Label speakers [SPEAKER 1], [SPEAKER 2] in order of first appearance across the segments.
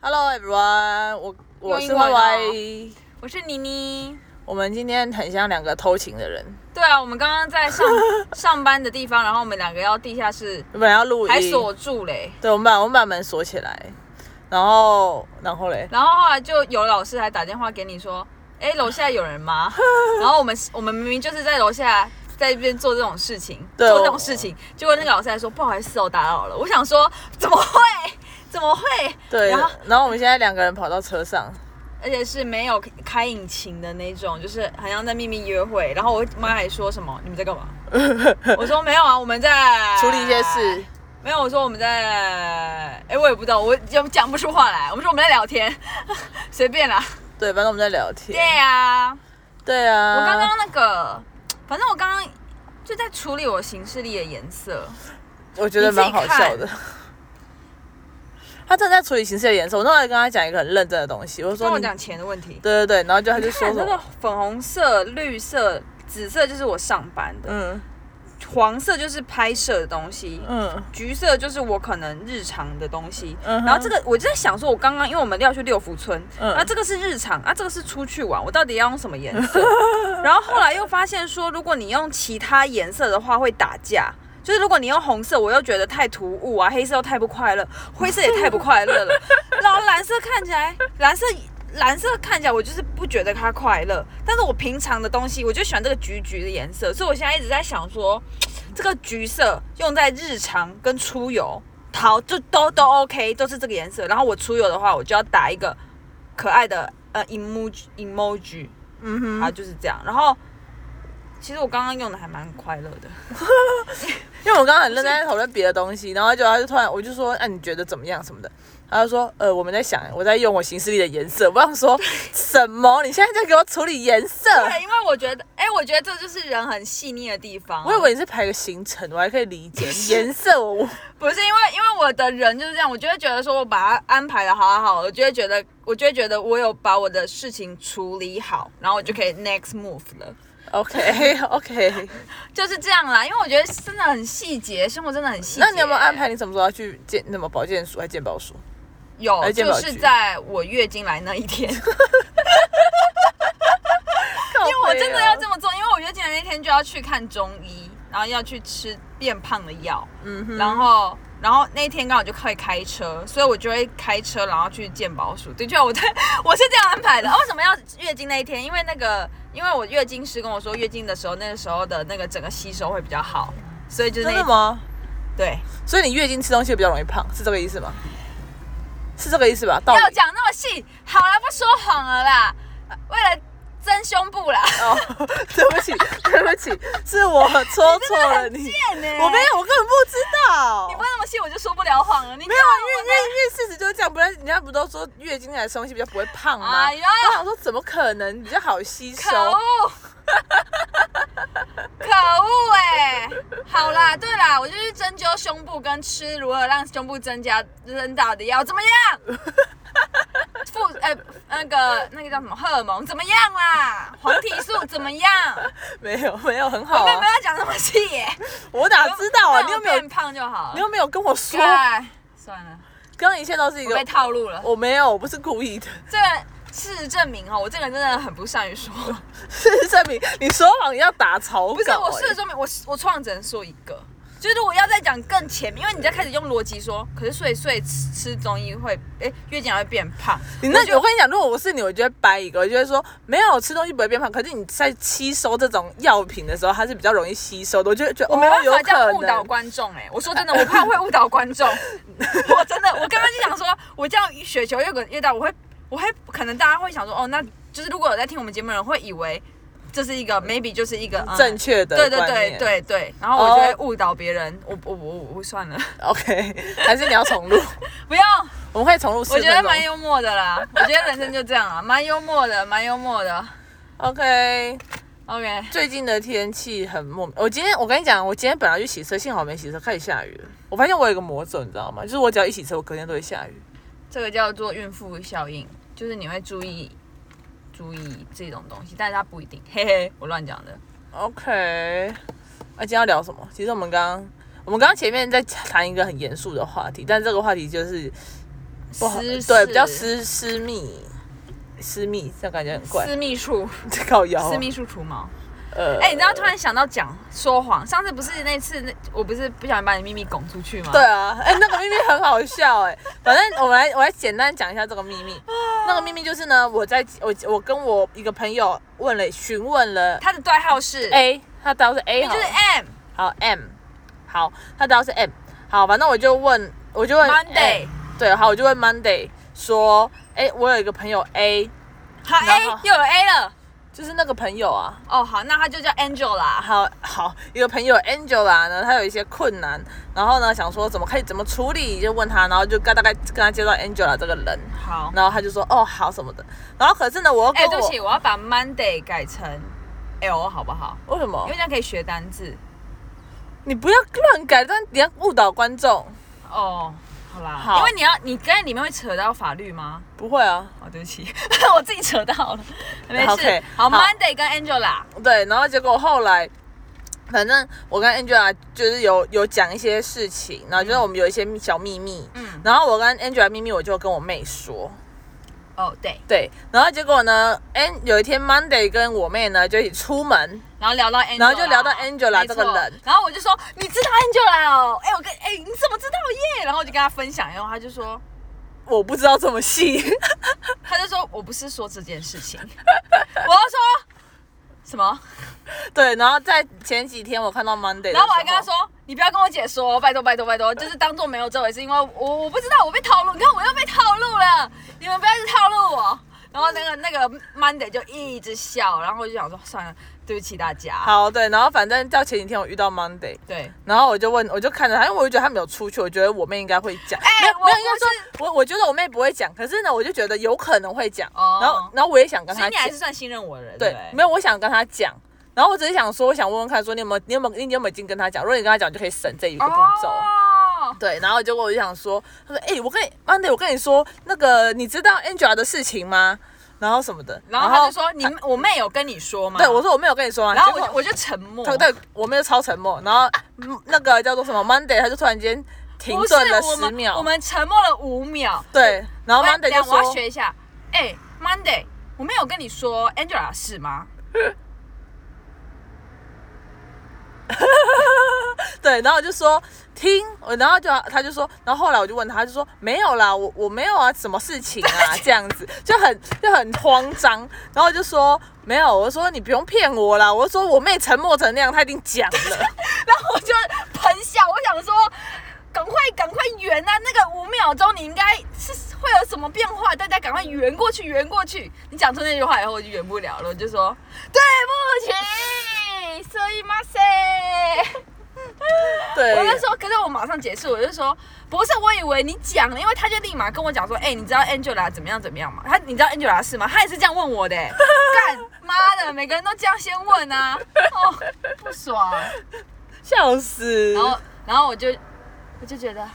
[SPEAKER 1] Hello everyone，我我是
[SPEAKER 2] 用英文
[SPEAKER 1] Y
[SPEAKER 2] 哦
[SPEAKER 1] Y，
[SPEAKER 2] 我是妮妮。
[SPEAKER 1] 我们今天很像两个偷情的人，
[SPEAKER 2] 对啊，我们刚刚 在上上班的地方，然后我们两个要地下室，
[SPEAKER 1] 本来要录
[SPEAKER 2] 还
[SPEAKER 1] 音，
[SPEAKER 2] 锁住嘞。
[SPEAKER 1] 对，我们把我们把门锁起来，然后然后嘞，
[SPEAKER 2] 然后后来就有老师还打电话给你说，哎，楼下有人吗？ 然后我们我们明明就是在楼下。在这边做这种事情，
[SPEAKER 1] 对
[SPEAKER 2] 做这
[SPEAKER 1] 我
[SPEAKER 2] 种事情，结果那个老师还说不好意思哦，打扰了。我想说怎么会，怎么会？
[SPEAKER 1] 对，
[SPEAKER 2] 然
[SPEAKER 1] 然
[SPEAKER 2] 后
[SPEAKER 1] 后我们现在两个人跑到车上，
[SPEAKER 2] 而且是没有开引擎的那种，就是好像在秘密约会。然后我妈还说什么：“你们在干嘛？”我说：“没有啊，我们在
[SPEAKER 1] 处理一些事。，
[SPEAKER 2] 没有，我说我们在……哎、我也不知道，我讲讲不出话来。我们说我们在聊天， 随便啦。
[SPEAKER 1] 对，反正我们在聊天
[SPEAKER 2] 对，呀、
[SPEAKER 1] 对啊，
[SPEAKER 2] 我刚刚那个，反正我刚刚就在处理我行事历的颜色。
[SPEAKER 1] 我觉得蛮好笑
[SPEAKER 2] 你自
[SPEAKER 1] 的。 他正在处理形式的颜色，我那时候还跟他讲一个很认真的东西，我
[SPEAKER 2] 跟
[SPEAKER 1] 说
[SPEAKER 2] 我
[SPEAKER 1] 你，
[SPEAKER 2] 讲钱的问题。
[SPEAKER 1] 对对对，然后就他就说
[SPEAKER 2] 看
[SPEAKER 1] 什
[SPEAKER 2] 那个
[SPEAKER 1] 么，
[SPEAKER 2] 粉红色、绿色、紫色就是我上班的，
[SPEAKER 1] 嗯
[SPEAKER 2] 黄色就是拍摄的东西，
[SPEAKER 1] 嗯
[SPEAKER 2] 橘色就是我可能日常的东西，
[SPEAKER 1] 嗯哼
[SPEAKER 2] 然后这个我就在想说，我刚刚因为我们要去六福村，
[SPEAKER 1] 嗯
[SPEAKER 2] 啊这个是日常，啊这个是出去玩，我到底要用什么颜色？ 然后后来又发现说，如果你用其他颜色的话会打架，就是如果你用红色，我又觉得太突兀啊，黑色又太不快乐，灰色也太不快乐了，然后蓝色看起来蓝色。蓝色看起来我就是不觉得它快乐，但是我平常的东西我就喜欢这个橘橘的颜色，所以我现在一直在想说，这个橘色用在日常跟出游，好就都都 OK，都是这个颜色。然后我出游的话，我就要打一个可爱的呃 emoji emoji，
[SPEAKER 1] 嗯哼，
[SPEAKER 2] 啊就是这样。然后其实我刚刚用的还蛮快乐的，
[SPEAKER 1] 因为我刚刚很认真在讨论别的东西，然后就他就突然我就说，哎、你觉得怎么样什么的，他就说，呃，我们在想，我在用我行事历的颜色，我想 说什么？你现在在给我处理颜色？
[SPEAKER 2] 对，因为我觉得，哎、我觉得这就是人很细腻的地方啊、
[SPEAKER 1] 我以为你是排个行程，我还可以理解颜色我，我
[SPEAKER 2] 不是因为，因为我的人就是这样，我就会觉得说我把它安排的好好好，我就会觉得，我就会觉得我有把我的事情处理好，然后我就可以 next move 了。
[SPEAKER 1] OK OK。
[SPEAKER 2] 就是这样啦，因为我觉得真的很细节，生活真的很细节。
[SPEAKER 1] 那你有没有安排？你什么时候要去健那么保健署还健保署？来
[SPEAKER 2] 有，
[SPEAKER 1] 健保
[SPEAKER 2] 就
[SPEAKER 1] 局
[SPEAKER 2] 是在我月经来那一 天，因
[SPEAKER 1] 因
[SPEAKER 2] 为我真的要这么做，因为我月经来那天就要去看中医，然后要去吃变胖的药，
[SPEAKER 1] 嗯哼，
[SPEAKER 2] 然后。然后那天刚好就会开车，所以我就会开车，然后去健保署。的确，我对 我是这样安排的。啊为什么要月经那一天？因为那个，因为我月经师跟我说，月经的时候，那个时候的那个整个吸收会比较好，所以就是
[SPEAKER 1] 哦真
[SPEAKER 2] 那
[SPEAKER 1] 的吗？
[SPEAKER 2] 对。
[SPEAKER 1] 所以你月经吃东西比较容易胖，是这个意思吗？是这个意思吧？道
[SPEAKER 2] 要
[SPEAKER 1] 理
[SPEAKER 2] 讲那么细，好了，不说谎了啦，呃为了增胸部啦，
[SPEAKER 1] 哦， 对不起，对不起，是 我说错了你。
[SPEAKER 2] 贱 呢、
[SPEAKER 1] 哎我没有，我根本不知道。
[SPEAKER 2] 啊你问那么细，我就说不了谎了。你
[SPEAKER 1] 没有，因为因为因为事实就是这样，不然人家不都说月经来的东西比较不会胖吗？
[SPEAKER 2] 哎呀
[SPEAKER 1] 我想说怎么可能比较好吸收
[SPEAKER 2] 可？恶， 可恶哎、好啦，对啦，我就去针灸胸部跟吃如何让胸部增加增大的药，怎么样？副呃那个那个叫什么荷尔蒙怎么样啦？黄体素怎么样？
[SPEAKER 1] 没有没有，很
[SPEAKER 2] 我
[SPEAKER 1] 好
[SPEAKER 2] 们没
[SPEAKER 1] 啊。
[SPEAKER 2] 有讲那么细耶、
[SPEAKER 1] 我哪知道啊？你又没有
[SPEAKER 2] 变胖就好了
[SPEAKER 1] 你。又没有跟我说，
[SPEAKER 2] 对，算了，
[SPEAKER 1] 刚刚一切都是一
[SPEAKER 2] 我
[SPEAKER 1] 个
[SPEAKER 2] 被套路了。
[SPEAKER 1] 我没有，我不是故意的，
[SPEAKER 2] 这个事实证明哈，哦我这个人真的很不善于说谎。
[SPEAKER 1] 事实证明你说谎要打草稿、
[SPEAKER 2] 不是，我
[SPEAKER 1] 哎
[SPEAKER 2] 事实证明我我创只能说一个，就是如果要再讲更前面，因为你在开始用逻辑说，可是睡睡吃吃中医会，哎、越讲会变胖。
[SPEAKER 1] 你那
[SPEAKER 2] 我就
[SPEAKER 1] 我跟你讲，如果我是你，我就会掰一个，我就会说没有吃东西不会变胖，可是你在吸收这种药品的时候，它是比较容易吸收的，我就会觉得
[SPEAKER 2] 我没
[SPEAKER 1] 哦
[SPEAKER 2] 办
[SPEAKER 1] 有
[SPEAKER 2] 法这
[SPEAKER 1] 可
[SPEAKER 2] 样误导
[SPEAKER 1] 能。
[SPEAKER 2] 观众哎、我说真的，我怕会误导观 众。我真的，我刚刚就想说，我这样雪球越滚越大，我会，我会可能大家会想说，哦，那就是如果有在听我们节目的人会以为这是一个 maybe 就是一个、嗯
[SPEAKER 1] 正确的
[SPEAKER 2] 对对
[SPEAKER 1] 观
[SPEAKER 2] 对
[SPEAKER 1] 念
[SPEAKER 2] 对对，然后我就会
[SPEAKER 1] 哦
[SPEAKER 2] 误导别人，我我我我算了，
[SPEAKER 1] OK，还 是你要重录？
[SPEAKER 2] 不用，
[SPEAKER 1] 我们可以重录四
[SPEAKER 2] 我
[SPEAKER 1] 分
[SPEAKER 2] 觉得蛮
[SPEAKER 1] 钟。
[SPEAKER 2] 幽默的啦，我觉得人生就这样啊， 蛮幽默的，蛮幽默的。
[SPEAKER 1] OK，
[SPEAKER 2] OK，
[SPEAKER 1] 最近的天气很莫名。我今天我跟你讲，我今天本来要去洗车，幸好没洗车，开始下雨了。我发现我有一个魔咒，你知道吗？就是我只要一洗车，我隔天都会下雨。
[SPEAKER 2] 这个叫做孕妇效应，就是你会注意注意这种东西，但是它不一定，嘿嘿， 我乱讲的。
[SPEAKER 1] OK，那、今天要聊什么？其实我们刚刚我们刚刚前面在谈一个很严肃的话题，但这个话题就是不好
[SPEAKER 2] 私，
[SPEAKER 1] 对，
[SPEAKER 2] 事
[SPEAKER 1] 比较私私密，私密，这样感觉很怪，
[SPEAKER 2] 私密处，
[SPEAKER 1] 靠腰啊，
[SPEAKER 2] 私密处除毛。
[SPEAKER 1] 呃，
[SPEAKER 2] 哎、你知道突然想到讲说谎，上次不是那次那我不是不小心把你秘密拱出去吗？
[SPEAKER 1] 对，啊，哎、那个秘密很好笑哎、反正我们来，我来简单讲一下这个秘密。
[SPEAKER 2] 啊
[SPEAKER 1] 那个秘密就是呢，我在我我跟我一个朋友问了询问了
[SPEAKER 2] 他的代号是
[SPEAKER 1] A，他答案是 A
[SPEAKER 2] 就
[SPEAKER 1] 哎好
[SPEAKER 2] 是
[SPEAKER 1] 了，
[SPEAKER 2] M
[SPEAKER 1] 好 M，好，他答案是 M，好，反正我就问，我就问
[SPEAKER 2] Monday，
[SPEAKER 1] M，对，好，我就问 Monday 说，哎、我有一个朋友 A，
[SPEAKER 2] 好
[SPEAKER 1] 然
[SPEAKER 2] A
[SPEAKER 1] 后
[SPEAKER 2] 又有 A 了，
[SPEAKER 1] 就是那个朋友啊，
[SPEAKER 2] 哦好，那他就叫 Angel 啦。
[SPEAKER 1] 好好，一个朋友 Angela 呢，她有一些困难，然后呢想说怎么可以怎么处理，就问她，然后就跟大概跟她介绍 Angela 这个人，
[SPEAKER 2] 好，
[SPEAKER 1] 然后她就说哦好什么的，然后可是呢我又
[SPEAKER 2] 哎、
[SPEAKER 1] 跟
[SPEAKER 2] 对不
[SPEAKER 1] 我、
[SPEAKER 2] 起，我要把 Monday 改成 L 好不好？
[SPEAKER 1] 为什么
[SPEAKER 2] 因为这样可以学单字。
[SPEAKER 1] 你不要乱改，但你要误导观众，
[SPEAKER 2] 哦，好啦，
[SPEAKER 1] 好
[SPEAKER 2] 因为你要你刚才里面会扯到法律吗？
[SPEAKER 1] 不会啊，
[SPEAKER 2] 哦，对不起， 我自己扯到了，没事
[SPEAKER 1] OK，。
[SPEAKER 2] 好
[SPEAKER 1] 好
[SPEAKER 2] m o n d a y 跟 Angela，
[SPEAKER 1] 对，然后结果后来，反正我跟 Angela 就是有有讲一些事情，然后就是我们有一些小秘密，
[SPEAKER 2] 嗯，
[SPEAKER 1] 然后我跟 Angela 秘密我就跟我妹说，
[SPEAKER 2] 哦对，
[SPEAKER 1] 对，然后结果呢，An 有一天 Monday 跟我妹呢就一起出门，
[SPEAKER 2] 然后聊到 Angela，
[SPEAKER 1] 然后就聊到 Angela
[SPEAKER 2] 没
[SPEAKER 1] 这
[SPEAKER 2] 错
[SPEAKER 1] 个人，
[SPEAKER 2] 然后我就说你知道 Angela 哦，哎、我跟哎、你怎么知道耶？然后我就跟他分享，然后他就说
[SPEAKER 1] 我不知道这么细，
[SPEAKER 2] 他就说我不是说这件事情， 我要说什么？
[SPEAKER 1] 对，然后在前几天我看到 Monday，的
[SPEAKER 2] 然后我还
[SPEAKER 1] 时
[SPEAKER 2] 跟他
[SPEAKER 1] 候
[SPEAKER 2] 说，你不要跟我姐说，拜托拜托拜托，就是当做没有这回事，因为我我不知道我被套路，你看我又被套路了，你们不要一直套路我。然后那个那个 Monday 就一直笑，然后我就想说算了，对不起大家。
[SPEAKER 1] 好，对，然后反正到前几天我遇到 Monday，
[SPEAKER 2] 对，
[SPEAKER 1] 然后我就问，我就看着他，因为我就觉得他没有出去，我觉得我妹应该会讲，
[SPEAKER 2] 哎
[SPEAKER 1] 没有
[SPEAKER 2] 我
[SPEAKER 1] 没有，应
[SPEAKER 2] 我
[SPEAKER 1] 该说我我觉得我妹不会讲，可是呢，我就觉得有可能会讲，
[SPEAKER 2] 哦
[SPEAKER 1] 然后然后我也想跟
[SPEAKER 2] 所以
[SPEAKER 1] 她
[SPEAKER 2] 你
[SPEAKER 1] 讲
[SPEAKER 2] 还是，算信任我的人，对
[SPEAKER 1] 对
[SPEAKER 2] 不对，
[SPEAKER 1] 没有，我想跟她讲。然后我只是想说，我想问问看，说你有没有，你有没有，你有没有已经跟她讲？如果你跟她讲，就可以省这一个步骤。
[SPEAKER 2] 哦
[SPEAKER 1] 对，然后结果我就想说，他说：“哎、我跟你 Monday，我跟你说，那个你知道 Angela 的事情吗？然后什么的，
[SPEAKER 2] 然后他就说：“你我妹有跟你说吗？”
[SPEAKER 1] 对我说我没有跟你说啊。
[SPEAKER 2] 然后
[SPEAKER 1] 结
[SPEAKER 2] 我
[SPEAKER 1] 果
[SPEAKER 2] 就我就沉默。
[SPEAKER 1] 他对我们就超沉默，然后嗯那个叫做什么 Monday，他就突然间停
[SPEAKER 2] 不是
[SPEAKER 1] 顿了
[SPEAKER 2] 我
[SPEAKER 1] 十
[SPEAKER 2] 们
[SPEAKER 1] 秒，
[SPEAKER 2] 我们沉默了五秒。
[SPEAKER 1] 对，然后
[SPEAKER 2] 我要
[SPEAKER 1] Monday
[SPEAKER 2] 等一下
[SPEAKER 1] 就
[SPEAKER 2] 我要
[SPEAKER 1] 说
[SPEAKER 2] 学一下。哎，Monday，我妹有跟你说 Angela 的事吗？
[SPEAKER 1] 对，然后我就说听，我然后就他就说，然后后来我就问他，他就说没有啦，我我没有啊，什么事情 啊这样子，就很就很慌张，然后我就说没有，我说你不用骗我啦，我说我妹沉默成那样，她一定讲 了。
[SPEAKER 2] 然后我就喷笑，我想说。赶快赶快圆啊！那个五秒钟，你应该是会有什么变化？大家赶快圆过去，圆过去。你讲出那句话以后，我就圆不了了，我就说对不起，所以马塞。
[SPEAKER 1] 对，
[SPEAKER 2] 我就说，可是我马上解释，我就说不是，我以为你讲了，因为他就立马跟我讲说，哎、你知道 Angela 怎么样怎么样吗？他你知道 Angela 是吗？他也是这样问我的、 欸，干妈的，每个人都这样先问啊，哦，不爽。
[SPEAKER 1] 笑死
[SPEAKER 2] 然。后然后我就我就觉得，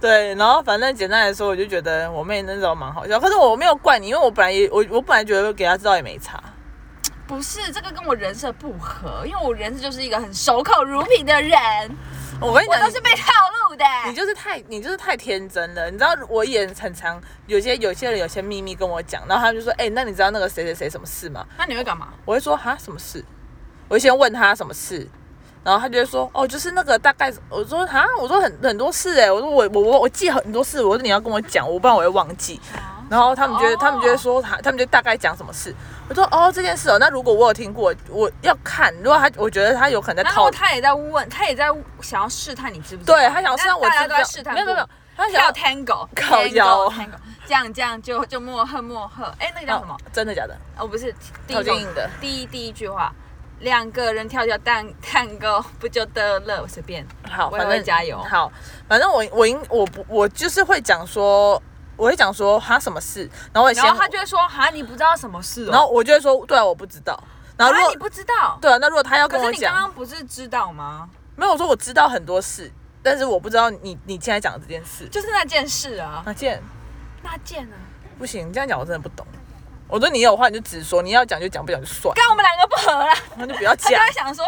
[SPEAKER 1] 对，然后反正简单来说，我就觉得我妹那时候蛮好笑，可是我没有怪你，因为我本来也我我本来觉得给她知道也没差。
[SPEAKER 2] 不是这个跟我人设不合，因为我人设就是一个很守口如瓶的人，
[SPEAKER 1] 我跟你
[SPEAKER 2] 嗯我
[SPEAKER 1] 讲
[SPEAKER 2] 都，是被套路的。
[SPEAKER 1] 你就是太你就是太天真了。你知道我也很常有些有些人有些秘密跟我讲，然后他们就说，哎、那你知道那个谁谁谁什么事吗？
[SPEAKER 2] 那你会干嘛？
[SPEAKER 1] 我会说哈什么事？我会先问他什么事，然后他就会说哦，就是那个大概。我说哈，我说很很多事哎、我说我我我我记很多事，我说你要跟我讲，我不然我会忘记。然后他们觉得、
[SPEAKER 2] 哦
[SPEAKER 1] 他们觉得说他他们就大概讲什么事，我说哦这件事哦，那如果我有听过，我要看。如果他我觉得他有可能在
[SPEAKER 2] 然
[SPEAKER 1] 讨
[SPEAKER 2] 后，他也在问，他也在想要试探你知不知道，
[SPEAKER 1] 对他想要
[SPEAKER 2] 但
[SPEAKER 1] 让我
[SPEAKER 2] 大家
[SPEAKER 1] 知
[SPEAKER 2] 都在
[SPEAKER 1] 道，
[SPEAKER 2] 试探，
[SPEAKER 1] 没有没有没有，他想
[SPEAKER 2] 跳
[SPEAKER 1] 要
[SPEAKER 2] tango，
[SPEAKER 1] 靠腰
[SPEAKER 2] tango，tango，这样这样就就莫赫莫赫，哎、那个叫什么
[SPEAKER 1] 哦？真的假的？
[SPEAKER 2] 哦，不是，第
[SPEAKER 1] 跳
[SPEAKER 2] 一
[SPEAKER 1] 进
[SPEAKER 2] 种
[SPEAKER 1] 硬的，
[SPEAKER 2] 第一第一句话，两个人跳跳蛋探戈 不就得了？随便，
[SPEAKER 1] 好，
[SPEAKER 2] 我也
[SPEAKER 1] 反
[SPEAKER 2] 会
[SPEAKER 1] 正
[SPEAKER 2] 加油
[SPEAKER 1] 好，反正我我应我不我就是会讲说，我会讲说他什么事，然后我也先
[SPEAKER 2] 然后他就会说哈，你不知道什么事哦，
[SPEAKER 1] 然后我就会说，对啊，我不知道。然后如
[SPEAKER 2] 哈
[SPEAKER 1] 果
[SPEAKER 2] 你不知道，
[SPEAKER 1] 对啊，那如果他要跟
[SPEAKER 2] 可是
[SPEAKER 1] 我
[SPEAKER 2] 你刚
[SPEAKER 1] 讲，
[SPEAKER 2] 刚不是知道吗？
[SPEAKER 1] 没有我说我知道很多事，但是我不知道你你现在讲的这件事。
[SPEAKER 2] 就是那件事啊，
[SPEAKER 1] 阿健，
[SPEAKER 2] 那件啊，
[SPEAKER 1] 不行，你这样讲我真的不懂。我说你有话你就直说，你要讲就讲，不讲就算。
[SPEAKER 2] 干我们两个不合啦。
[SPEAKER 1] 那就不要
[SPEAKER 2] 他
[SPEAKER 1] 讲
[SPEAKER 2] 刚。才想说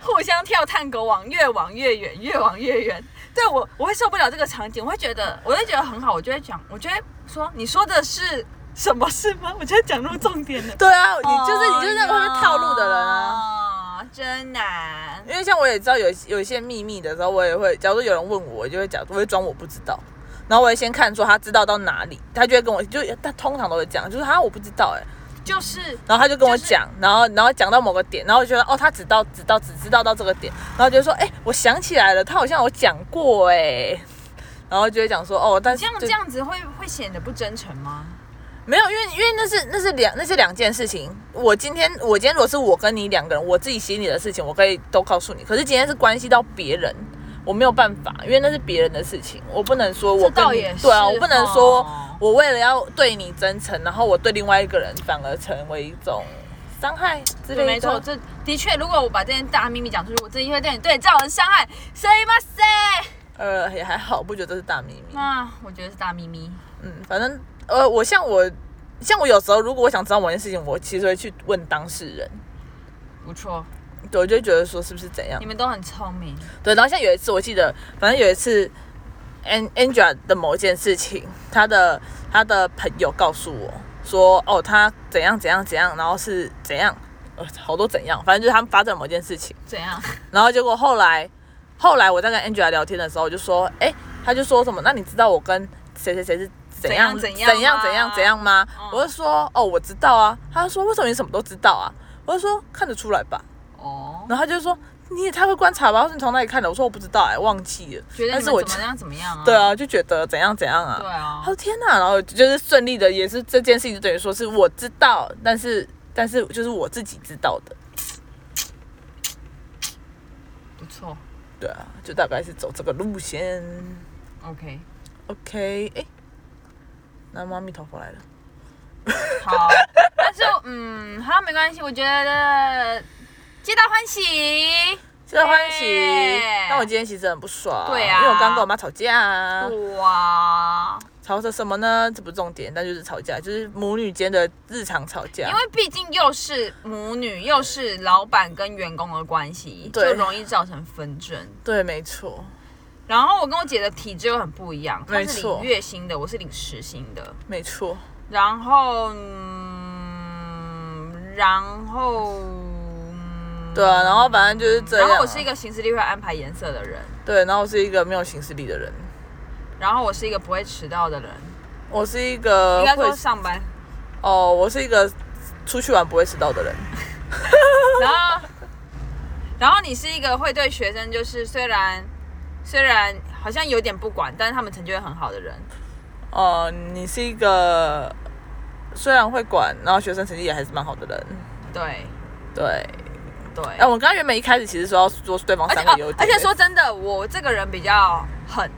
[SPEAKER 2] 互相跳探狗网，越往越远，越往越远。对我，我会受不了这个场景，我会觉得，我会觉得很好，我就会讲，我就会说，你说的是什么事吗？ 我觉得讲入重点了。
[SPEAKER 1] 对啊，你就是
[SPEAKER 2] 哦
[SPEAKER 1] 你就是那个会被套路的人啊。
[SPEAKER 2] 啊，真难。
[SPEAKER 1] 因为像我也知道有有一些秘密的时候，我也会，假如说有人问我，我就会假我会装我不知道，然后我会先看说他知道到哪里，他就会跟我就他通常都会讲，就是他我不知道哎、欸
[SPEAKER 2] 就是
[SPEAKER 1] 然后他就跟我
[SPEAKER 2] 就是
[SPEAKER 1] 讲，然后然后讲到某个点，然后我觉得哦他只到只到只知道到这个点，然后就说哎、我想起来了，他好像有讲过哎、然后就会讲说哦，但是
[SPEAKER 2] 这样
[SPEAKER 1] 就
[SPEAKER 2] 这样子会会显得不真诚吗？
[SPEAKER 1] 没有，因为因为那是那是两那是两件事情。我今天我今天如果是我跟你两个人，我自己心里的事情，我可以都告诉你。可是今天是关系到别人，我没有办法，因为那是别人的事情，我不能说我
[SPEAKER 2] 这
[SPEAKER 1] 跟
[SPEAKER 2] 倒
[SPEAKER 1] 你
[SPEAKER 2] 也是
[SPEAKER 1] 对啊，我不能说
[SPEAKER 2] 哦
[SPEAKER 1] 我为了要对你真诚，然后我对另外一个人反而成为一种伤害之类的。
[SPEAKER 2] 对，没错，这的确，如果我把这件大秘密讲出去，我真的会对你对造成伤害。谁吗？谁？
[SPEAKER 1] 呃，也还好，不觉得这是大秘密。
[SPEAKER 2] 那我觉得是大秘密。
[SPEAKER 1] 嗯，反正呃，我像我像我有时候如果我想知道某件事情，我其实会去问当事人，
[SPEAKER 2] 不错，
[SPEAKER 1] 对，我就会觉得说是不是怎样
[SPEAKER 2] 你。们都很聪明。
[SPEAKER 1] 对，然后像有一次，我记得，反正有一次，An Angela 的某一件事情，她的她的朋友告诉我说，哦，她怎样怎样怎样，然后是怎样，呃，好多怎样，反正就是他们发展某件事情，
[SPEAKER 2] 怎样？
[SPEAKER 1] 然后结果后来后来我在跟 Angela 聊天的时候，我就说，哎，她就说什么，那你知道我跟谁谁谁是怎样
[SPEAKER 2] 怎样
[SPEAKER 1] 怎
[SPEAKER 2] 怎样
[SPEAKER 1] 样
[SPEAKER 2] 吗
[SPEAKER 1] 怎样怎样吗？
[SPEAKER 2] 嗯
[SPEAKER 1] 我就说，哦，我知道啊。她就说，为什么你什么都知道啊？我就说，看得出来吧。
[SPEAKER 2] 哦，
[SPEAKER 1] 然后他就说你也太会观察吧，我说你从哪里看的？我说我不知道哎、忘记了。
[SPEAKER 2] 觉得
[SPEAKER 1] 但
[SPEAKER 2] 你
[SPEAKER 1] 是我
[SPEAKER 2] 们怎么样怎么样啊？
[SPEAKER 1] 对，啊，就觉得怎样怎样啊。
[SPEAKER 2] 对啊
[SPEAKER 1] 他。说天哪，然后就是顺利的，也是这件事情就等于说是我知道，但是但是就是我自己知道的，
[SPEAKER 2] 不错
[SPEAKER 1] 对啊，就大概是走这个路线。
[SPEAKER 2] ，OK，
[SPEAKER 1] OK，哎、那妈咪头回来了，
[SPEAKER 2] 好。但是嗯，好，没关系，我觉得呃皆大欢喜。
[SPEAKER 1] 真的欢喜
[SPEAKER 2] 耶。
[SPEAKER 1] 那我今天其实很不爽，
[SPEAKER 2] 对啊
[SPEAKER 1] 因为我刚跟我妈吵架啊，
[SPEAKER 2] 哇，
[SPEAKER 1] 吵着什么呢？这不是重点，但就是吵架，就是母女间的日常吵架。
[SPEAKER 2] 因为毕竟又是母女，又是老板跟员工的关系，
[SPEAKER 1] 对
[SPEAKER 2] 就容易造成纷争。
[SPEAKER 1] 对，没错。
[SPEAKER 2] 然后我跟我姐的体质又很不一样，她
[SPEAKER 1] 没
[SPEAKER 2] 是
[SPEAKER 1] 错
[SPEAKER 2] 领月薪的，我是领时薪的。
[SPEAKER 1] 没错，
[SPEAKER 2] 然后，嗯，然后，嗯
[SPEAKER 1] 对啊，然后反正就是这样
[SPEAKER 2] 然
[SPEAKER 1] 啊。
[SPEAKER 2] 后我是一个行事历会安排颜色的人，
[SPEAKER 1] 对，然后我是一个没有行事力的人，
[SPEAKER 2] 然后我是一个不会迟到的人，
[SPEAKER 1] 我是一个
[SPEAKER 2] 应该
[SPEAKER 1] 呃会
[SPEAKER 2] 说上班。
[SPEAKER 1] 哦，我是一个出去玩不会迟到的人。
[SPEAKER 2] 然后，然后你是一个会对学生，就是虽然虽然好像有点不管，但是他们成绩会很好的人。
[SPEAKER 1] 哦，你是一个虽然会管，然后学生成绩也还是蛮好的人。
[SPEAKER 2] 对
[SPEAKER 1] 对，
[SPEAKER 2] 对，
[SPEAKER 1] 哎、我刚刚原本一开始其实说要说对方
[SPEAKER 2] 而且
[SPEAKER 1] 三个优
[SPEAKER 2] 哦
[SPEAKER 1] 点，，
[SPEAKER 2] 而且说真的，我这个人比较狠，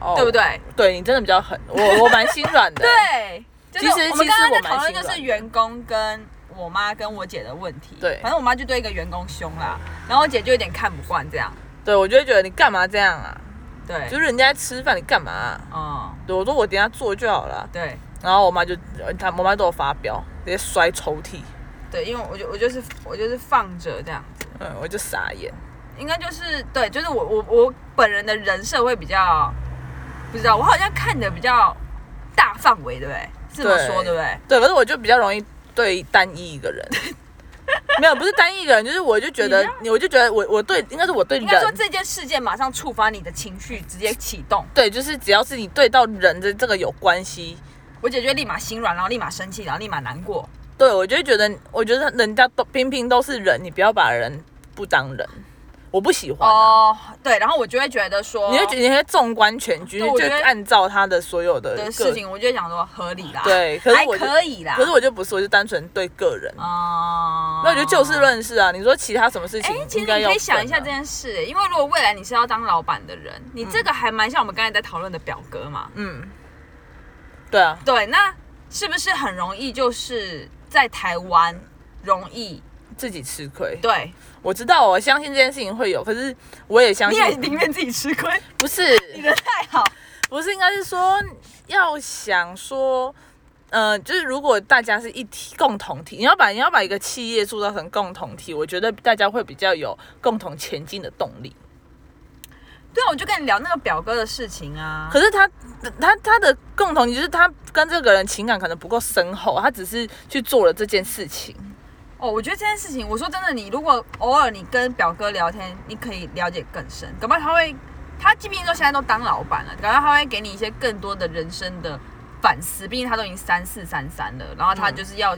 [SPEAKER 1] 哦
[SPEAKER 2] 对不？对？
[SPEAKER 1] 对你真的比较狠，我我蛮心软的。
[SPEAKER 2] 对，就是
[SPEAKER 1] 其实
[SPEAKER 2] 我们刚刚
[SPEAKER 1] 其实我
[SPEAKER 2] 在
[SPEAKER 1] 蛮
[SPEAKER 2] 讨论
[SPEAKER 1] 心
[SPEAKER 2] 就
[SPEAKER 1] 软
[SPEAKER 2] 是员工跟我妈跟我姐的问题。
[SPEAKER 1] 对
[SPEAKER 2] 反正我妈就对一个员工凶啦，然后我姐就有点看不惯这样。
[SPEAKER 1] 对，我就会觉得你干嘛这样啊？
[SPEAKER 2] 对，
[SPEAKER 1] 就是人家在吃饭，你干嘛啊、
[SPEAKER 2] 嗯，
[SPEAKER 1] 对，我说我等一下做就好了。
[SPEAKER 2] 对
[SPEAKER 1] 然后我妈就，呃她我妈对我发飙，直接摔抽屉。
[SPEAKER 2] 对，因为我就我就是我就是放着这样。
[SPEAKER 1] 嗯，我就傻眼。
[SPEAKER 2] 应该就是对，就是我我我本人的人设会比较，不知道，我好像看的比较大范围，对不对？是这么
[SPEAKER 1] 对
[SPEAKER 2] 说对不对？
[SPEAKER 1] 对，可是我就比较容易对单一一个人，没有不是单一一个人，就是我就觉得
[SPEAKER 2] 你，
[SPEAKER 1] 我就觉得我我对应该是我对
[SPEAKER 2] 应该说
[SPEAKER 1] 人，
[SPEAKER 2] 这件事件马上触发你的情绪，直接启动，
[SPEAKER 1] 对，就是只要是你对到人的这个有关系，
[SPEAKER 2] 我姐就会立马心软，然后立马生气，然后立马难过。
[SPEAKER 1] 对我就会觉得，我觉得人家都平平都是人，你不要把人不当人，我不喜欢啊、
[SPEAKER 2] 哦、对，然后我就会觉得说，
[SPEAKER 1] 你会觉得你会纵观全局，
[SPEAKER 2] 对我
[SPEAKER 1] 就
[SPEAKER 2] 觉得
[SPEAKER 1] 按照他的所有的
[SPEAKER 2] 的
[SPEAKER 1] 个
[SPEAKER 2] 事，情，我就会想说合理啦，
[SPEAKER 1] 对可是
[SPEAKER 2] 还
[SPEAKER 1] 我就
[SPEAKER 2] 可以啦，
[SPEAKER 1] 可是我就不是，我就单纯对个人。
[SPEAKER 2] 啊，
[SPEAKER 1] 那我觉得就事。论事啊，你说其他什么事
[SPEAKER 2] 哎
[SPEAKER 1] 情、，
[SPEAKER 2] 其
[SPEAKER 1] 应
[SPEAKER 2] 实
[SPEAKER 1] 该
[SPEAKER 2] 你
[SPEAKER 1] 要
[SPEAKER 2] 可以想一下这
[SPEAKER 1] 分啊，
[SPEAKER 2] 件事、因为如果未来你是要当老板的人，你这个还蛮像我们刚才在讨论的表格嘛。
[SPEAKER 1] 嗯，对啊，
[SPEAKER 2] 对，那是不是很容易就是在台湾容易？
[SPEAKER 1] 自己吃亏。
[SPEAKER 2] 对，
[SPEAKER 1] 我知道，我相信这件事情会有，可是我也相
[SPEAKER 2] 你也
[SPEAKER 1] 信，
[SPEAKER 2] 宁愿自己吃亏，
[SPEAKER 1] 不是
[SPEAKER 2] 你人太好。
[SPEAKER 1] 不是，应该是说要想说呃，就是如果大家是一体共同体，你要把你要把一个企业塑造成共同体，我觉得大家会比较有共同前进的动力。
[SPEAKER 2] 对啊，我就跟你聊那个表哥的事情啊。
[SPEAKER 1] 可是他他他的共同体就是他跟这个人情感可能不够深厚，他只是去做了这件事情。
[SPEAKER 2] 哦，我觉得这件事情，我说真的，你如果偶尔你跟表哥聊天，你可以了解更深，搞不好他会，他即便说现在都当老板了，搞不好他会给你一些更多的人生的反思，毕竟他都已经三四三三了，然后他
[SPEAKER 1] 嗯
[SPEAKER 2] 就是要、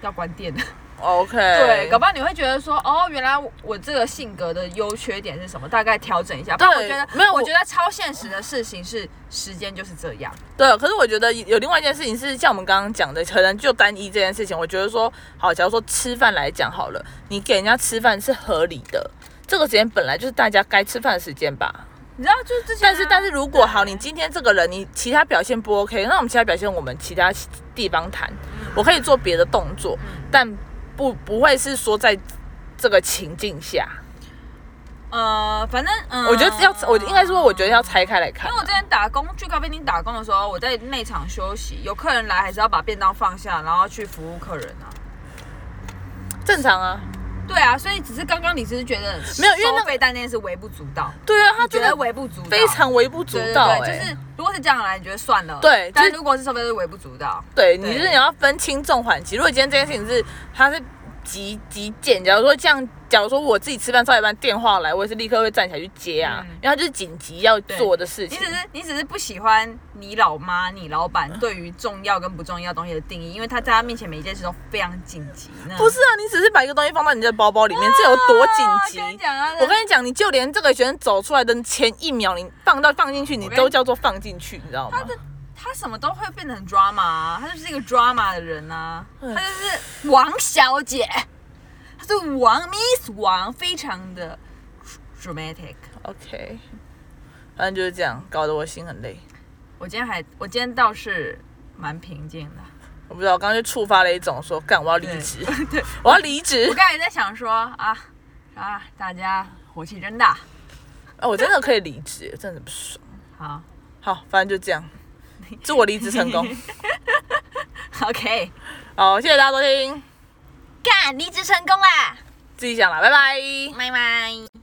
[SPEAKER 2] 要关店了，
[SPEAKER 1] OK，
[SPEAKER 2] 对，搞不好你会觉得说，哦，原来我这个性格的优缺点是什么，大概调整一下。不然我
[SPEAKER 1] 对
[SPEAKER 2] 觉得
[SPEAKER 1] 没有
[SPEAKER 2] 我
[SPEAKER 1] 我
[SPEAKER 2] 觉得超现实的事情是时间就是这样，
[SPEAKER 1] 对，可是我觉得有另外一件事情是，像我们刚刚讲的，可能就单一这件事情，我觉得说，好，假如说吃饭来讲好了，你给人家吃饭是合理的，这个时间本来就是大家该吃饭的时间吧。
[SPEAKER 2] 你知道，就是啊之前、
[SPEAKER 1] 但是但是如果好，
[SPEAKER 2] 对
[SPEAKER 1] 你今天这个人你其他表现不 OK，那我们其他表现我们其他地方谈，我可以做别的动作，
[SPEAKER 2] 嗯
[SPEAKER 1] 但不不会是说在这个情境下，
[SPEAKER 2] 呃，反正嗯，
[SPEAKER 1] 我觉得要我应该说，我觉得要拆开来看
[SPEAKER 2] 哎因为。我之前打工去咖啡厅打工的时候，我在内场休息，有客人来还是要把便当放下，然后去服务客人啊。
[SPEAKER 1] 正常啊，
[SPEAKER 2] 对啊，所以只是刚刚你只是觉得
[SPEAKER 1] 没有因为那
[SPEAKER 2] 收费单那件事微不足道，
[SPEAKER 1] 对啊，他
[SPEAKER 2] 觉
[SPEAKER 1] 觉
[SPEAKER 2] 得
[SPEAKER 1] 得
[SPEAKER 2] 微不足道，
[SPEAKER 1] 非常微不足道、
[SPEAKER 2] 对
[SPEAKER 1] 欸，
[SPEAKER 2] 对对，就是如果是这样来，你觉得算了，
[SPEAKER 1] 对
[SPEAKER 2] 但
[SPEAKER 1] 就是
[SPEAKER 2] 是如果是收费是微不足道，
[SPEAKER 1] 对，
[SPEAKER 2] 对
[SPEAKER 1] 你是你要分轻重缓急。如果今天这件事情是它是急急件，假如说这样，假如说我自己吃饭到一半电话来，我也是立刻会站起来去接啊，
[SPEAKER 2] 嗯
[SPEAKER 1] 因为它就是紧急要做的事
[SPEAKER 2] 你
[SPEAKER 1] 情
[SPEAKER 2] 只。是你只是不喜欢你老妈、你老板对于重要跟不重要东西的定义，因为他在他面前每一件事都非常紧急呢。
[SPEAKER 1] 不是啊，你只是把一个东西放到你的包包里面，这有多紧急
[SPEAKER 2] 啊？跟你讲啊，
[SPEAKER 1] 我跟你讲，你就连这个学生走出来的前一秒，你放到放进去，你
[SPEAKER 2] 我跟
[SPEAKER 1] 都叫做放进去，你知道吗？
[SPEAKER 2] 他什么都会变得很 drama，、啊、他就是一个 drama 的人呐、啊，他就是王小姐，他是王 Miss 王，非常的 dramatic。
[SPEAKER 1] OK，反正就是这样，搞得我心很累。
[SPEAKER 2] 我今天还，我今天倒是蛮平静 的。
[SPEAKER 1] 我不知道，我刚刚就触发了一种说，干，我要离
[SPEAKER 2] 对
[SPEAKER 1] 职，我要离职
[SPEAKER 2] 我。刚才在想说啊啊，大家火气真大。
[SPEAKER 1] 啊，我真的可以离职，真的不爽。
[SPEAKER 2] 好
[SPEAKER 1] 好，反正就这样，祝我离职成功。
[SPEAKER 2] ，OK，
[SPEAKER 1] 好，谢谢大家收听，
[SPEAKER 2] 干离职成功啦，
[SPEAKER 1] 自己想啦，拜拜。
[SPEAKER 2] 拜拜。